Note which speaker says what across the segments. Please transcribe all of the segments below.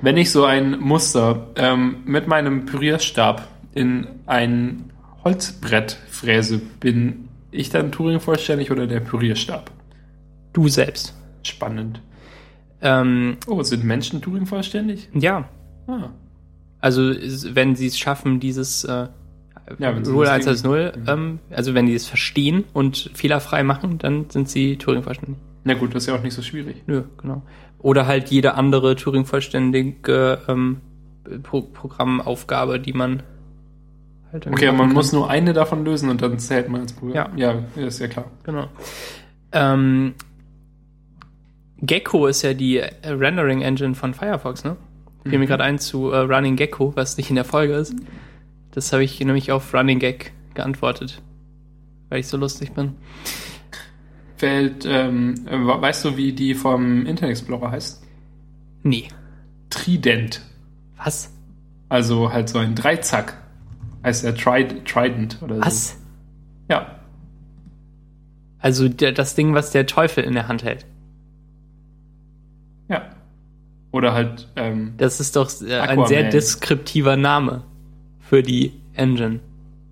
Speaker 1: wenn ich so ein Muster ähm, mit meinem Pürierstab in ein Holzbrett fräse, bin ich dann Turing vollständig oder der Pürierstab?
Speaker 2: Du selbst.
Speaker 1: Spannend.
Speaker 2: Ähm,
Speaker 1: Oh, sind Menschen Turing vollständig?
Speaker 2: ja,
Speaker 1: Ah,
Speaker 2: also es- wenn sie es schaffen, dieses äh,
Speaker 1: wenn sie
Speaker 2: Rule
Speaker 1: das Mhm.
Speaker 2: 1 als
Speaker 1: Ding-
Speaker 2: 0, ähm, also wenn die es verstehen und fehlerfrei machen, dann sind sie Turing-vollständig.
Speaker 1: na gut, das ist ja auch nicht so schwierig.
Speaker 2: Nö, genau. Oder halt jede andere Turing-vollständige ähm, Pro Programmaufgabe, die man halt irgendwie
Speaker 1: Okay, aber
Speaker 2: machen
Speaker 1: man
Speaker 2: kann.
Speaker 1: muss nur eine davon lösen und dann zählt man als Purier.
Speaker 2: Ja.
Speaker 1: ja, ja, ist ja klar.
Speaker 2: Genau. Ähm, Gecko ist ja die äh, Rendering-Engine von Firefox, ne? Fiel mir gerade ein zu äh, Running Gecko, was nicht in der Folge ist. Das habe ich nämlich auf Running Gag geantwortet, weil ich so lustig bin.
Speaker 1: Fällt, ähm, äh, weißt du, wie die vom Internet Explorer heißt?
Speaker 2: Nee.
Speaker 1: Trident.
Speaker 2: Was?
Speaker 1: Also halt so ein Dreizack. Heißt er Trid Trident oder so.
Speaker 2: Was?
Speaker 1: Ja.
Speaker 2: Also der, das Ding, was der Teufel in der Hand hält.
Speaker 1: Ja. Oder halt, ähm,
Speaker 2: Das ist doch äh, ein
Speaker 1: Aquaman.
Speaker 2: sehr deskriptiver Name für die Engine.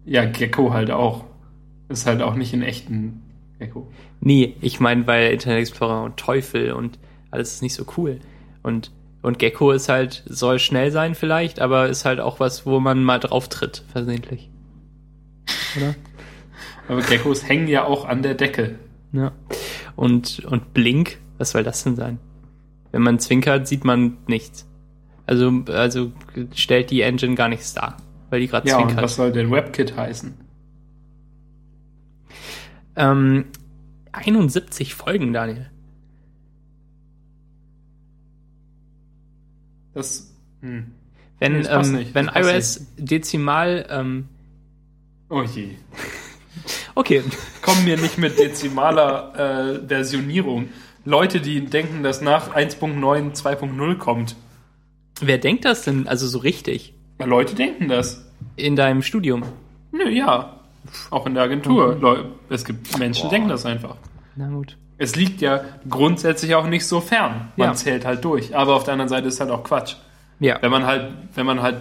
Speaker 1: ja, Gecko halt auch. Ist halt auch nicht in echten Gecko.
Speaker 2: Nee, ich meine, weil Internet Explorer und Teufel und alles ist nicht so cool. Und, und Gecko ist halt, soll schnell sein vielleicht, aber ist halt auch was, wo man mal drauf tritt, versehentlich. Oder?
Speaker 1: Aber Geckos hängen ja auch an der Decke.
Speaker 2: Ja. Und, und Blink, was soll das denn sein? Wenn man zwinkert, sieht man nichts. Also, also stellt die Engine gar nichts dar, weil die gerade
Speaker 1: Ja, und
Speaker 2: zwinkert.
Speaker 1: was soll denn WebKit heißen?
Speaker 2: Ähm, 71 Folgen, Daniel.
Speaker 1: Das, hm. Nee,
Speaker 2: Wenn,
Speaker 1: das passt
Speaker 2: ähm,
Speaker 1: nicht,
Speaker 2: wenn
Speaker 1: das passt
Speaker 2: iOS dezimal, ähm,
Speaker 1: Oh je.
Speaker 2: okay,
Speaker 1: Kommen wir nicht mit dezimaler äh, Versionierung. Leute, die denken, dass nach 1.9 2.0 kommt.
Speaker 2: wer denkt das denn? Also so richtig
Speaker 1: Ja, Leute denken das.
Speaker 2: in deinem Studium?
Speaker 1: Nö, ja. Auch in der Agentur. Leu- Es gibt Menschen, die denken das einfach.
Speaker 2: Na gut.
Speaker 1: Es liegt ja grundsätzlich auch nicht so fern. Man
Speaker 2: Ja.
Speaker 1: zählt halt durch. Aber auf der anderen Seite ist halt auch Quatsch.
Speaker 2: Ja,
Speaker 1: Wenn man halt, wenn man halt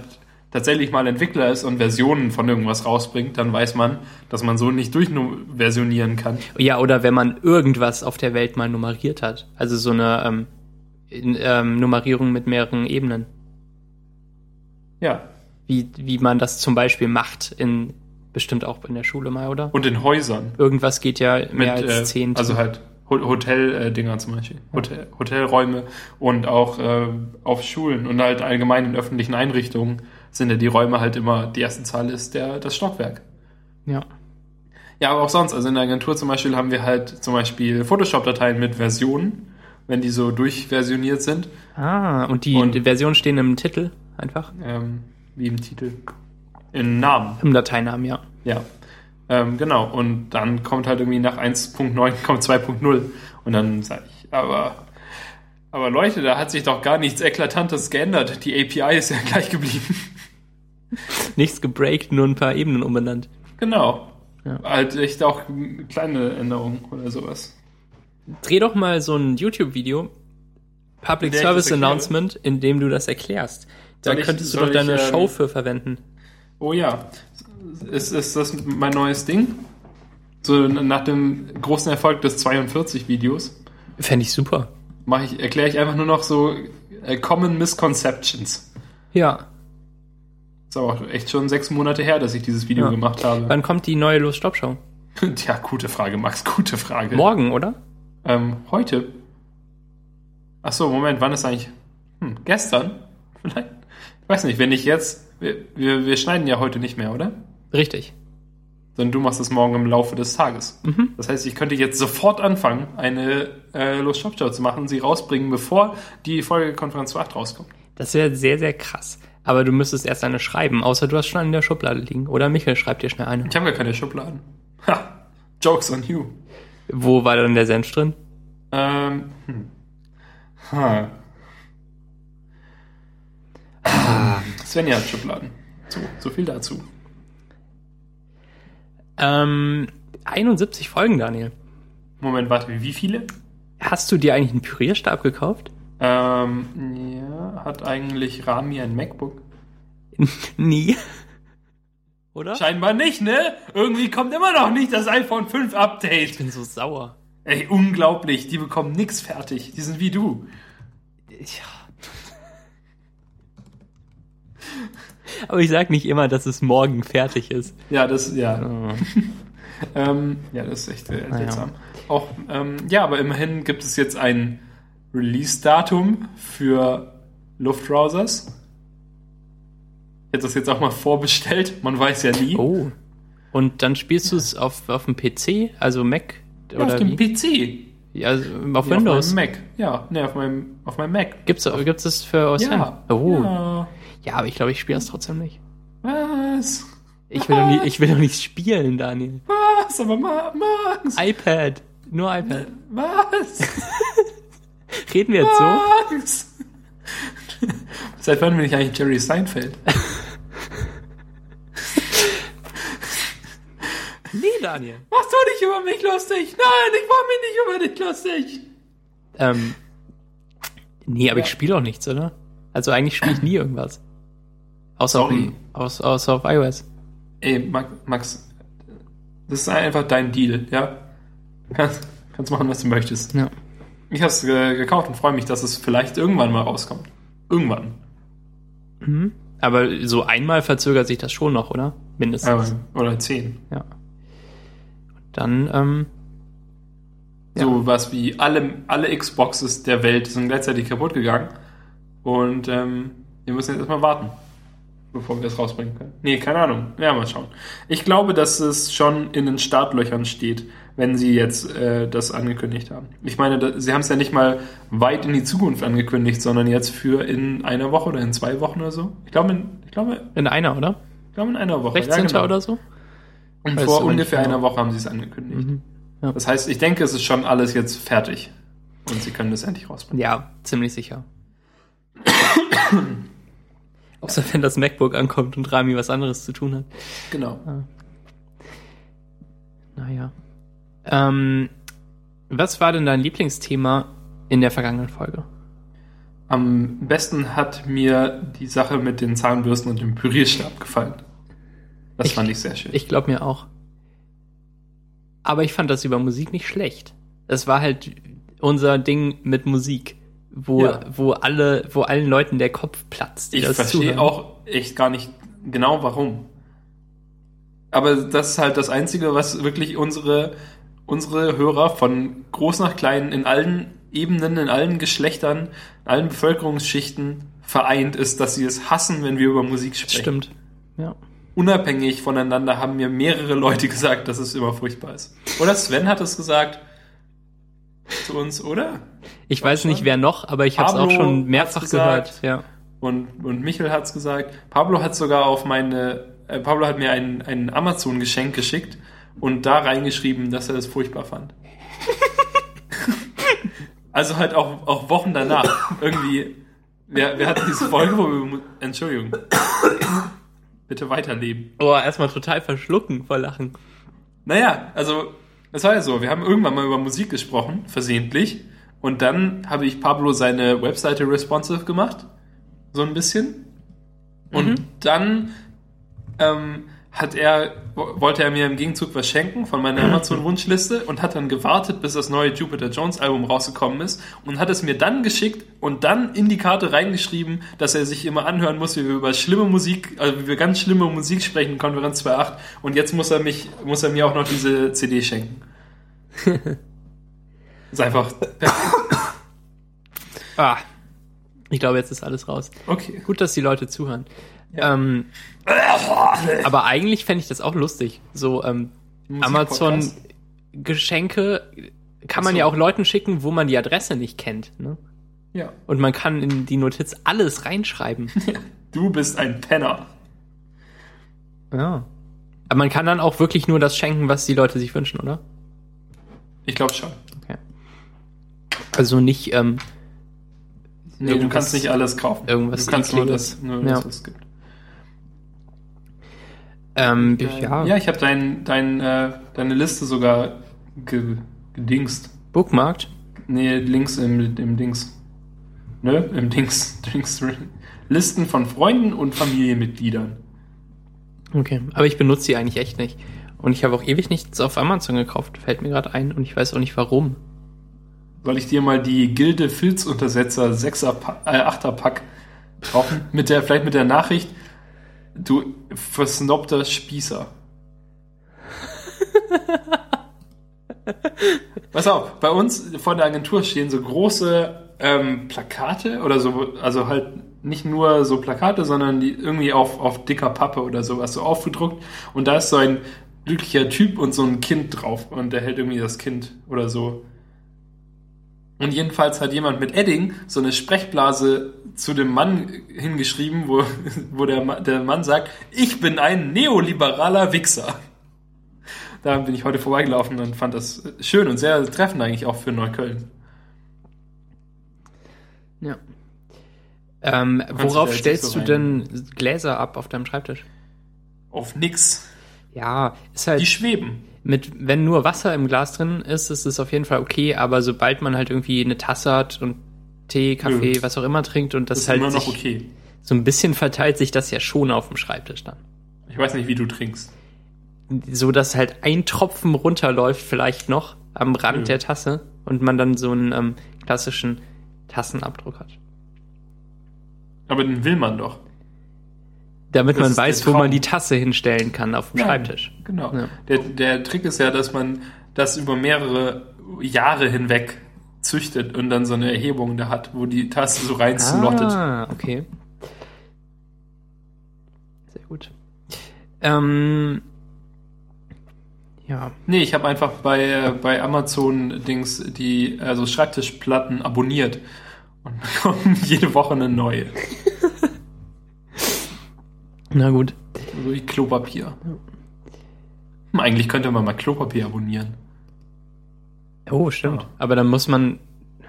Speaker 1: tatsächlich mal Entwickler ist und Versionen von irgendwas rausbringt, dann weiß man, dass man so nicht durchversionieren kann.
Speaker 2: ja oder wenn man irgendwas auf der Welt mal nummeriert hat, also so eine ähm, in, ähm, Nummerierung mit mehreren Ebenen,
Speaker 1: Ja.
Speaker 2: wie wie man das zum Beispiel macht in bestimmt auch in der Schule mal, oder?
Speaker 1: Und in Häusern.
Speaker 2: Irgendwas geht ja mehr
Speaker 1: Mit,
Speaker 2: als
Speaker 1: äh,
Speaker 2: zehn.
Speaker 1: Also halt Ho- Hotel-Dinger zum Beispiel. Hotel, Hotelräume und auch äh, auf Schulen und halt allgemein in öffentlichen Einrichtungen sind ja die Räume halt immer, die erste Zahl ist der, das Stockwerk.
Speaker 2: ja.
Speaker 1: Ja, aber auch sonst. Also in der Agentur zum Beispiel haben wir halt zum Beispiel Photoshop-Dateien mit Versionen, wenn die so durchversioniert sind,
Speaker 2: Ah, und die,
Speaker 1: Und-
Speaker 2: die Versionen stehen im Titel einfach.
Speaker 1: ähm, wie im Titel. In Namen,
Speaker 2: Im Dateinamen, ja.
Speaker 1: ja. Ähm, genau. Und dann kommt halt irgendwie nach 1.9 kommt 2.0. Und dann sage ich, aber, aber Leute, da hat sich doch gar nichts Eklatantes geändert. Die API ist ja gleich geblieben.
Speaker 2: Nichts gebreakt, nur ein paar Ebenen umbenannt.
Speaker 1: genau.
Speaker 2: Ja.
Speaker 1: Halt echt auch kleine Änderungen oder sowas.
Speaker 2: Dreh doch mal so ein YouTube-Video, Public
Speaker 1: In der ich
Speaker 2: Service
Speaker 1: das erkläre?
Speaker 2: Announcement, in dem du das erklärst. Da
Speaker 1: Soll ich-
Speaker 2: könntest du
Speaker 1: soll
Speaker 2: doch deine
Speaker 1: ich, ähm,
Speaker 2: Show für verwenden.
Speaker 1: Oh ja. Ist, ist das mein neues Ding? So nach dem großen Erfolg des 42-Videos
Speaker 2: Fände ich super.
Speaker 1: mache ich, erkläre ich einfach nur noch so äh, Common Misconceptions.
Speaker 2: Ja.
Speaker 1: Ist aber auch echt schon sechs Monate her, dass ich dieses Video
Speaker 2: Ja.
Speaker 1: gemacht habe.
Speaker 2: Wann kommt die neue Los-Stop-Show?
Speaker 1: Tja, gute Frage, Max, gute Frage.
Speaker 2: Morgen, oder?
Speaker 1: Ähm, heute. Achso, Moment, wann ist eigentlich? Hm, gestern? Vielleicht? Ich weiß nicht, wenn ich jetzt. Wir, wir, wir schneiden ja heute nicht mehr, oder?
Speaker 2: Richtig.
Speaker 1: sondern du machst es morgen im Laufe des Tages. Das heißt, ich könnte jetzt sofort anfangen, eine äh, Los Shop Show zu machen, sie rausbringen, bevor die Folge Konferenz zu 8 rauskommt.
Speaker 2: Das wäre sehr, sehr krass. Aber du müsstest erst eine schreiben, außer du hast schon eine in der Schublade liegen. Oder Michael schreibt dir schnell eine.
Speaker 1: Ich habe gar keine Schubladen. Ha! Jokes on you.
Speaker 2: Wo war dann der Senf drin?
Speaker 1: Ähm, hm. ha. Ah. Svenja hat Schubladen. So, so viel dazu.
Speaker 2: Ähm, 71 Folgen, Daniel.
Speaker 1: Moment, warte, wie viele?
Speaker 2: Hast du dir eigentlich einen Pürierstab gekauft?
Speaker 1: Ähm, ja, hat eigentlich Rami ein MacBook?
Speaker 2: Nie. Oder?
Speaker 1: Scheinbar nicht, ne? Irgendwie kommt immer noch nicht das iPhone 5
Speaker 2: Ich
Speaker 1: Update.
Speaker 2: bin so sauer.
Speaker 1: Ey, unglaublich. Die bekommen nix fertig. Die sind wie du.
Speaker 2: Ja. Aber ich sag nicht immer, dass es morgen fertig ist.
Speaker 1: Ja, das, ja. Ähm, ja, das ist echt äh,
Speaker 2: Ah, ja.
Speaker 1: seltsam. Auch, ähm, ja, aber immerhin gibt es jetzt ein Release-Datum für Luftrousers. Ich hätte das jetzt auch mal vorbestellt. Man weiß ja nie.
Speaker 2: Oh. Und dann spielst du es auf, auf dem PC, also Mac
Speaker 1: Ja, auf
Speaker 2: oder
Speaker 1: dem
Speaker 2: wie?
Speaker 1: PC.
Speaker 2: Ja, also auf
Speaker 1: Ja,
Speaker 2: Windows.
Speaker 1: Auf meinem Mac. Ja, ne, auf meinem, auf meinem Mac.
Speaker 2: Gibt's, gibt's das für OSM?
Speaker 1: Ja.
Speaker 2: Oh. Ja.
Speaker 1: Ja.
Speaker 2: aber ich glaube, ich spiele es trotzdem nicht.
Speaker 1: Was?
Speaker 2: Ich will, doch nicht. ich will doch nicht spielen, Daniel.
Speaker 1: Was? Aber Ma- Max?
Speaker 2: iPad. Nur iPad.
Speaker 1: Was?
Speaker 2: Reden wir jetzt so?
Speaker 1: Max? Seit wann bin ich eigentlich Jerry Seinfeld?
Speaker 2: Nee, Daniel.
Speaker 1: Machst du dich über mich lustig? Nein, ich mach mich nicht über dich lustig.
Speaker 2: Ähm, nee, aber ich spiele auch nichts, oder? Also eigentlich spiele ich nie irgendwas. Außer auf,
Speaker 1: Sorry.
Speaker 2: außer, außer auf iOS.
Speaker 1: Ey, Ma- Max, das ist einfach dein Deal, ja? Kannst, kannst machen, was du möchtest.
Speaker 2: Ja.
Speaker 1: Ich hab's äh, gekauft und freue mich, dass es vielleicht irgendwann mal rauskommt. Irgendwann.
Speaker 2: Mhm. Aber so einmal verzögert sich das schon noch, oder? Mindestens.
Speaker 1: Aber, Äh, oder zehn.
Speaker 2: Ja. Dann, ähm,
Speaker 1: So was wie alle, alle Xboxes der Welt sind gleichzeitig kaputt gegangen. Und ähm, wir müssen jetzt erstmal warten, bevor wir das rausbringen können. Nee, keine Ahnung. Ja, mal schauen. Ich glaube, dass es schon in den Startlöchern steht, wenn sie jetzt äh, das angekündigt haben. Ich meine, da, sie haben es ja nicht mal weit in die Zukunft angekündigt, sondern jetzt für in einer Woche oder in zwei Wochen oder so. Ich glaube, in, ich glaube,
Speaker 2: in einer, oder?
Speaker 1: ich glaube in einer Woche.
Speaker 2: 16.
Speaker 1: genau.
Speaker 2: oder so?
Speaker 1: Und
Speaker 2: Weißt
Speaker 1: vor
Speaker 2: du, wenn
Speaker 1: ungefähr
Speaker 2: ich-
Speaker 1: einer Woche haben sie es angekündigt.
Speaker 2: Mhm. Ja.
Speaker 1: Das heißt, ich denke, es ist schon alles jetzt fertig. Und sie können das endlich rausbringen.
Speaker 2: Ja, ziemlich sicher. Außer wenn das MacBook ankommt und Rami was anderes zu tun hat.
Speaker 1: Genau.
Speaker 2: Naja. Ähm, was war denn dein Lieblingsthema in der vergangenen Folge?
Speaker 1: Am besten hat mir die Sache mit den Zahnbürsten und dem Pürierstab gefallen. Das
Speaker 2: Ich-
Speaker 1: fand ich sehr schön.
Speaker 2: Ich glaube mir auch. Aber ich fand das über Musik nicht schlecht. Das war halt unser Ding mit Musik, wo,
Speaker 1: Ja.
Speaker 2: wo alle, wo allen Leuten der Kopf platzt. die
Speaker 1: Ich
Speaker 2: das
Speaker 1: verstehe
Speaker 2: zuhören.
Speaker 1: auch echt gar nicht genau warum. Aber das ist halt das Einzige, was wirklich unsere, unsere Hörer von groß nach klein in allen Ebenen, in allen Geschlechtern, in allen Bevölkerungsschichten vereint, ist, dass sie es hassen, wenn wir über Musik sprechen.
Speaker 2: Stimmt. Ja.
Speaker 1: unabhängig voneinander haben mir mehrere Leute gesagt, dass es immer furchtbar ist. Oder Sven hat es gesagt zu uns, oder?
Speaker 2: Ich weiß nicht,
Speaker 1: schon.
Speaker 2: wer noch, aber ich habe es
Speaker 1: Pablo
Speaker 2: auch schon
Speaker 1: hat's
Speaker 2: mehrfach
Speaker 1: gesagt.
Speaker 2: gehört. Ja.
Speaker 1: Und, und Michel hat es gesagt. Pablo hat sogar auf meine, äh, Pablo hat mir ein, ein Amazon-Geschenk geschickt und da reingeschrieben, dass er das furchtbar fand. also halt auch, auch Wochen danach irgendwie. Wir, wir hatten diese Folge, wo wir, mu- Entschuldigung. Bitte weiterleben.
Speaker 2: Oh, erstmal total verschlucken vor Lachen.
Speaker 1: Naja, also es war ja so, wir haben irgendwann mal über Musik gesprochen, versehentlich. Und dann habe ich Pablo seine Webseite responsive gemacht, so ein bisschen. Und dann ähm, hat er, wo- wollte er mir im Gegenzug was schenken von meiner Amazon-Wunschliste und hat dann gewartet, bis das neue Jupiter Jones-Album rausgekommen ist und hat es mir dann geschickt und dann in die Karte reingeschrieben, dass er sich immer anhören muss, wie wir über schlimme Musik, also wie wir ganz schlimme Musik sprechen, Konferenz 2.8 und jetzt muss er mich, muss er mir auch noch diese CD schenken. ist einfach,
Speaker 2: Ah. Ich glaube, jetzt ist alles raus.
Speaker 1: okay.
Speaker 2: Gut, dass die Leute zuhören. Ähm, aber eigentlich fände ich das auch lustig. So ähm, Amazon
Speaker 1: Musikpodcast.
Speaker 2: Geschenke kann
Speaker 1: Ach
Speaker 2: man
Speaker 1: so.
Speaker 2: ja auch Leuten schicken, wo man die Adresse nicht kennt. Ne?
Speaker 1: Ja.
Speaker 2: Und man kann in die Notiz alles reinschreiben.
Speaker 1: Du bist ein Penner.
Speaker 2: ja. Aber man kann dann auch wirklich nur das schenken, was die Leute sich wünschen, oder?
Speaker 1: Ich glaube schon.
Speaker 2: Okay. Also nicht, ähm,
Speaker 1: Nee, du
Speaker 2: Irgendwas-
Speaker 1: kannst nicht alles kaufen.
Speaker 2: irgendwas
Speaker 1: du kannst nur
Speaker 2: Ekliges.
Speaker 1: das, nur
Speaker 2: Ja.
Speaker 1: das was es gibt.
Speaker 2: ähm,
Speaker 1: Ja,
Speaker 2: ja,
Speaker 1: ja ich habe dein, dein, äh, deine Liste sogar ge gedingst.
Speaker 2: Bookmarked.
Speaker 1: Nee, links im, im Dings. ne, im Dings, Dings, Listen von Freunden und Familienmitgliedern.
Speaker 2: Okay, aber ich benutze die eigentlich echt nicht. Und ich habe auch ewig nichts auf Amazon gekauft, fällt mir gerade ein und ich weiß auch nicht warum.
Speaker 1: Soll ich dir mal die Gilde Filzuntersetzer 6er, Pa- äh, 8er Pack kaufen? mit der, vielleicht mit der Nachricht, du versnobter Spießer. Pass auf, bei uns von der Agentur stehen so große ähm, Plakate oder so, also halt nicht nur so Plakate, sondern die irgendwie auf, auf dicker Pappe oder sowas so aufgedruckt und da ist so ein glücklicher Typ und so ein Kind drauf und der hält irgendwie das Kind oder so. Und jedenfalls hat jemand mit Edding so eine Sprechblase zu dem Mann hingeschrieben, wo, wo der, Ma- der Mann sagt, ich bin ein neoliberaler Wichser. Da bin ich heute vorbeigelaufen und fand das schön und sehr treffend eigentlich auch für Neukölln.
Speaker 2: Ja. Ähm,
Speaker 1: dich da
Speaker 2: worauf
Speaker 1: jetzt nicht
Speaker 2: stellst
Speaker 1: so
Speaker 2: du denn Gläser ab auf deinem Schreibtisch?
Speaker 1: Auf nix.
Speaker 2: Ja, ist
Speaker 1: Die
Speaker 2: halt
Speaker 1: schweben.
Speaker 2: mit, wenn nur Wasser im Glas drin ist, ist es auf jeden Fall okay, aber sobald man halt irgendwie eine Tasse hat und Tee, Kaffee, was auch immer trinkt und das,
Speaker 1: Das ist
Speaker 2: halt
Speaker 1: immer noch
Speaker 2: sich
Speaker 1: okay.
Speaker 2: so ein bisschen verteilt sich das ja schon auf dem Schreibtisch dann.
Speaker 1: Ich weiß nicht, wie du trinkst.
Speaker 2: so dass halt ein Tropfen runterläuft vielleicht noch am Rand
Speaker 1: Mhm.
Speaker 2: der Tasse und man dann so einen ähm, klassischen Tassenabdruck hat.
Speaker 1: Aber den will man doch.
Speaker 2: Damit
Speaker 1: Das
Speaker 2: man
Speaker 1: ist der
Speaker 2: weiß, wo
Speaker 1: Traum.
Speaker 2: man die Tasse hinstellen kann auf dem Schreibtisch.
Speaker 1: Nein, Genau.
Speaker 2: Ja.
Speaker 1: Der, der Trick ist ja, dass man das über mehrere Jahre hinweg züchtet und dann so eine Erhebung da hat, wo die Taste so rein slottet.
Speaker 2: Ah, okay. Sehr gut. Ähm, ja,
Speaker 1: Nee, ich habe einfach bei, äh, bei Amazon Dings die also Schreibtischplatten abonniert und bekomme jede Woche eine neue.
Speaker 2: na gut.
Speaker 1: So wie Klopapier. Hm, eigentlich könnte man mal Klopapier abonnieren.
Speaker 2: Oh, stimmt.
Speaker 1: Ja.
Speaker 2: Aber dann muss man,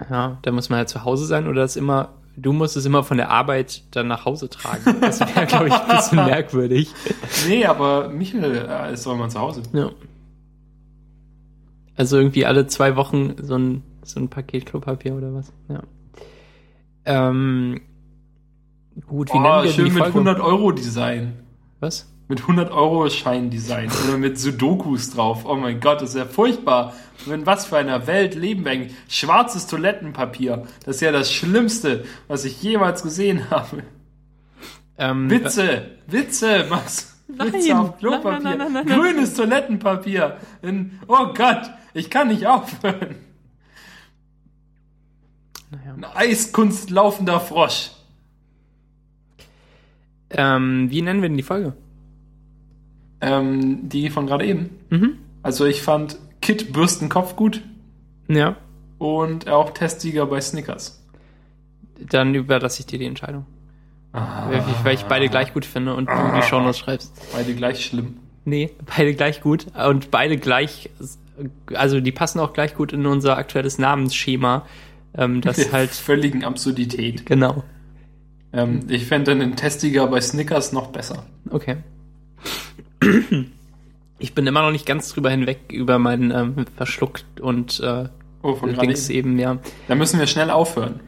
Speaker 2: ja, dann muss man halt zu Hause sein oder ist immer, du musst es immer von der Arbeit dann nach Hause tragen. Das wäre, glaube ich, ein bisschen merkwürdig.
Speaker 1: Nee, aber Michel äh, ist doch mal zu Hause.
Speaker 2: Ja. Also irgendwie alle zwei Wochen so ein, so ein Paket Klopapier oder was. Ja. Ähm, gut, wie
Speaker 1: Oh,
Speaker 2: nennen wir
Speaker 1: schön
Speaker 2: die
Speaker 1: mit
Speaker 2: Folge?
Speaker 1: 100 Euro Design.
Speaker 2: was?
Speaker 1: Mit 100 Euro Schein-Design oder mit Sudokus drauf. Oh mein Gott, das ist ja furchtbar. In was für einer Welt leben wir eigentlich? Schwarzes Toilettenpapier. Das ist ja das Schlimmste, was ich jemals gesehen habe.
Speaker 2: Ähm,
Speaker 1: Witze, Witze, Max.
Speaker 2: Nein,
Speaker 1: Witze auf
Speaker 2: nein,
Speaker 1: Klopapier.
Speaker 2: nein, nein, nein, nein.
Speaker 1: Grünes Toilettenpapier. In, oh Gott, ich kann nicht aufhören.
Speaker 2: naja.
Speaker 1: Ein eiskunstlaufender Frosch.
Speaker 2: ähm, wie nennen wir denn die Folge?
Speaker 1: Ähm, die von gerade eben.
Speaker 2: Mhm.
Speaker 1: Also ich fand Kit Bürstenkopf gut
Speaker 2: Ja,
Speaker 1: und auch Testsieger bei Snickers.
Speaker 2: dann überlasse ich dir die Entscheidung. Weil ich, weil ich beide gleich gut finde und du die Shownotes schreibst.
Speaker 1: Beide gleich schlimm.
Speaker 2: Nee, beide gleich gut und beide gleich, also die passen auch gleich gut in unser aktuelles Namensschema. Ähm, das
Speaker 1: Der
Speaker 2: halt,
Speaker 1: völligen Absurdität.
Speaker 2: genau.
Speaker 1: Ähm, ich fände einen Testiger bei Snickers noch besser.
Speaker 2: Okay. Ich bin immer noch nicht ganz drüber hinweg über meinen ähm, verschluckt und äh,
Speaker 1: Oh, von gerade
Speaker 2: Dings
Speaker 1: eben.
Speaker 2: eben, ja.
Speaker 1: Da müssen wir schnell aufhören.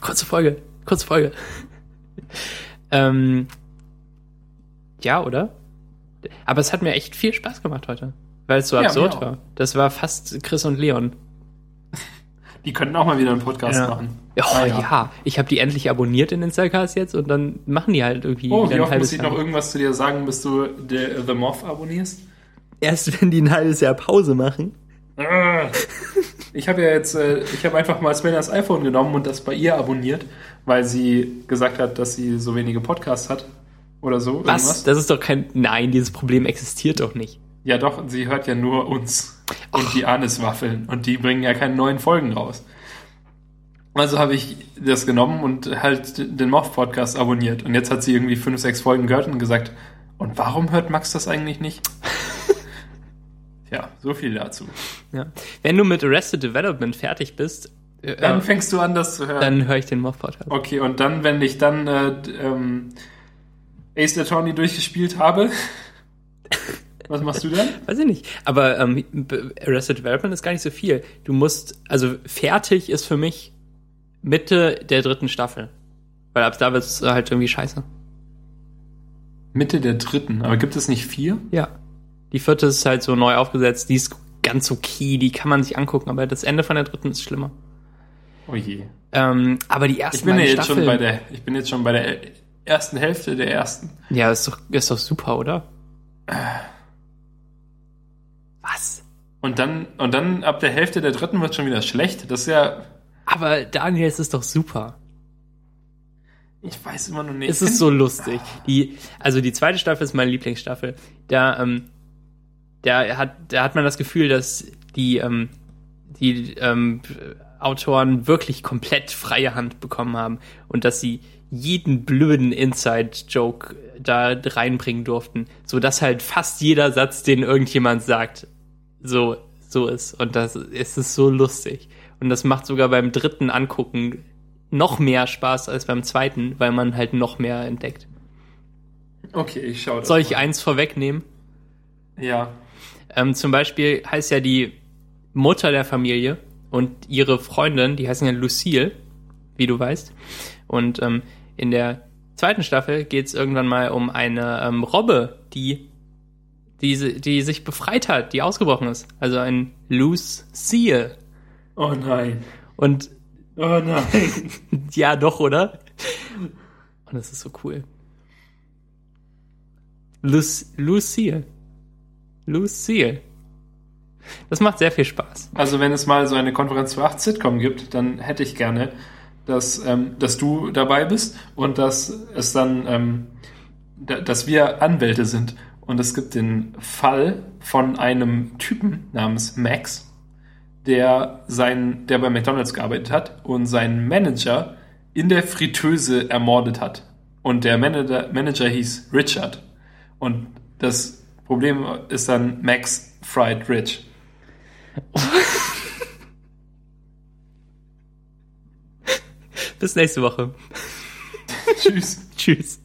Speaker 2: Kurze Folge, kurze Folge. ähm, ja, oder? Aber es hat mir echt viel Spaß gemacht heute, weil es so
Speaker 1: Ja, mir
Speaker 2: absurd
Speaker 1: auch.
Speaker 2: war. Das war fast Chris und Leon.
Speaker 1: Die könnten auch mal wieder einen Podcast
Speaker 2: Ja.
Speaker 1: machen.
Speaker 2: Oh,
Speaker 1: Ah,
Speaker 2: ja. ich habe die endlich abonniert in den Cellcast jetzt und dann machen die halt irgendwie
Speaker 1: Oh,
Speaker 2: wieder
Speaker 1: wie
Speaker 2: ein
Speaker 1: oft muss
Speaker 2: halbes
Speaker 1: ich
Speaker 2: Jahr.
Speaker 1: noch irgendwas zu dir sagen, bis du The, The Moth abonnierst?
Speaker 2: Erst wenn die ein halbes Jahr Pause machen.
Speaker 1: Ah. Ich habe ja jetzt, äh, ich habe einfach mal Svenas iPhone genommen und das bei ihr abonniert, weil sie gesagt hat, dass sie so wenige Podcasts hat oder so.
Speaker 2: Was?
Speaker 1: irgendwas.
Speaker 2: Das ist doch kein. Nein, dieses Problem existiert doch nicht.
Speaker 1: Ja doch, sie hört ja nur uns und die Aniswaffeln und die bringen ja keine neuen Folgen raus. Also habe ich das genommen und halt den Moth-Podcast abonniert. Und jetzt hat sie irgendwie fünf, sechs Folgen gehört und gesagt, und warum hört Max das eigentlich nicht? ja, so viel dazu.
Speaker 2: Ja. Wenn du mit Arrested Development fertig bist, äh,
Speaker 1: Dann
Speaker 2: äh,
Speaker 1: fängst du an, das zu hören.
Speaker 2: dann höre ich den Moth Podcast.
Speaker 1: Okay, und dann, wenn ich dann äh, d- ähm, Ace Attorney durchgespielt habe, was machst du dann?
Speaker 2: Weiß ich nicht. Aber ähm, B- Arrested Development ist gar nicht so viel. Du musst, also fertig ist für mich Mitte der dritten Staffel. Weil ab da wird es halt irgendwie scheiße.
Speaker 1: Mitte der dritten. Aber gibt es nicht vier?
Speaker 2: Ja. Die vierte ist halt so neu aufgesetzt, die ist ganz okay, die kann man sich angucken, aber das Ende von der dritten ist schlimmer.
Speaker 1: Oh je.
Speaker 2: Ähm, aber die ersten
Speaker 1: Ich bin ja
Speaker 2: beiden
Speaker 1: jetzt schon
Speaker 2: Staffeln-
Speaker 1: bei der, ich bin jetzt schon bei der ersten Hälfte der Äh. ersten.
Speaker 2: Ja, ist doch, ist doch super, oder? Was?
Speaker 1: Und dann, und dann ab der Hälfte der dritten wird schon wieder schlecht. Das ist ja,
Speaker 2: Aber Daniel, es ist doch super.
Speaker 1: ich weiß immer noch nicht.
Speaker 2: Es ist so lustig. Die, also die zweite Staffel ist meine Lieblingsstaffel. Da, ähm, da hat, da hat man das Gefühl, dass die, ähm, die ähm, Autoren wirklich komplett freie Hand bekommen haben und dass sie jeden blöden Inside-Joke da reinbringen durften, so dass halt fast jeder Satz, den irgendjemand sagt, so so ist und das es ist so lustig und das macht sogar beim dritten Angucken noch mehr Spaß als beim zweiten, weil man halt noch mehr entdeckt.
Speaker 1: okay, ich schaue das.
Speaker 2: Soll ich
Speaker 1: mal.
Speaker 2: eins vorwegnehmen?
Speaker 1: Ja.
Speaker 2: Ähm, zum Beispiel heißt ja die Mutter der Familie und ihre Freundin, die heißen ja Lucille, wie du weißt. Und ähm, in der zweiten Staffel geht es irgendwann mal um eine ähm, Robbe, die, die, si- die sich befreit hat, die ausgebrochen ist. Also ein Lucille.
Speaker 1: Oh nein.
Speaker 2: Und
Speaker 1: Oh nein.
Speaker 2: ja, doch, oder? Und das ist so cool. Luc Lucille. Lucille. Das macht sehr viel Spaß.
Speaker 1: Also wenn es mal so eine Konferenz für acht Sitcom gibt, dann hätte ich gerne, dass, ähm, dass du dabei bist und dass es dann, ähm, da, dass wir Anwälte sind. Und es gibt den Fall von einem Typen namens Max, der sein, der bei McDonalds gearbeitet hat und seinen Manager in der Fritteuse ermordet hat. Und der Manager, Manager hieß Richard. Und das Problem ist dann Max Fried Rich.
Speaker 2: Bis nächste Woche.
Speaker 1: Tschüss.
Speaker 2: Tschüss.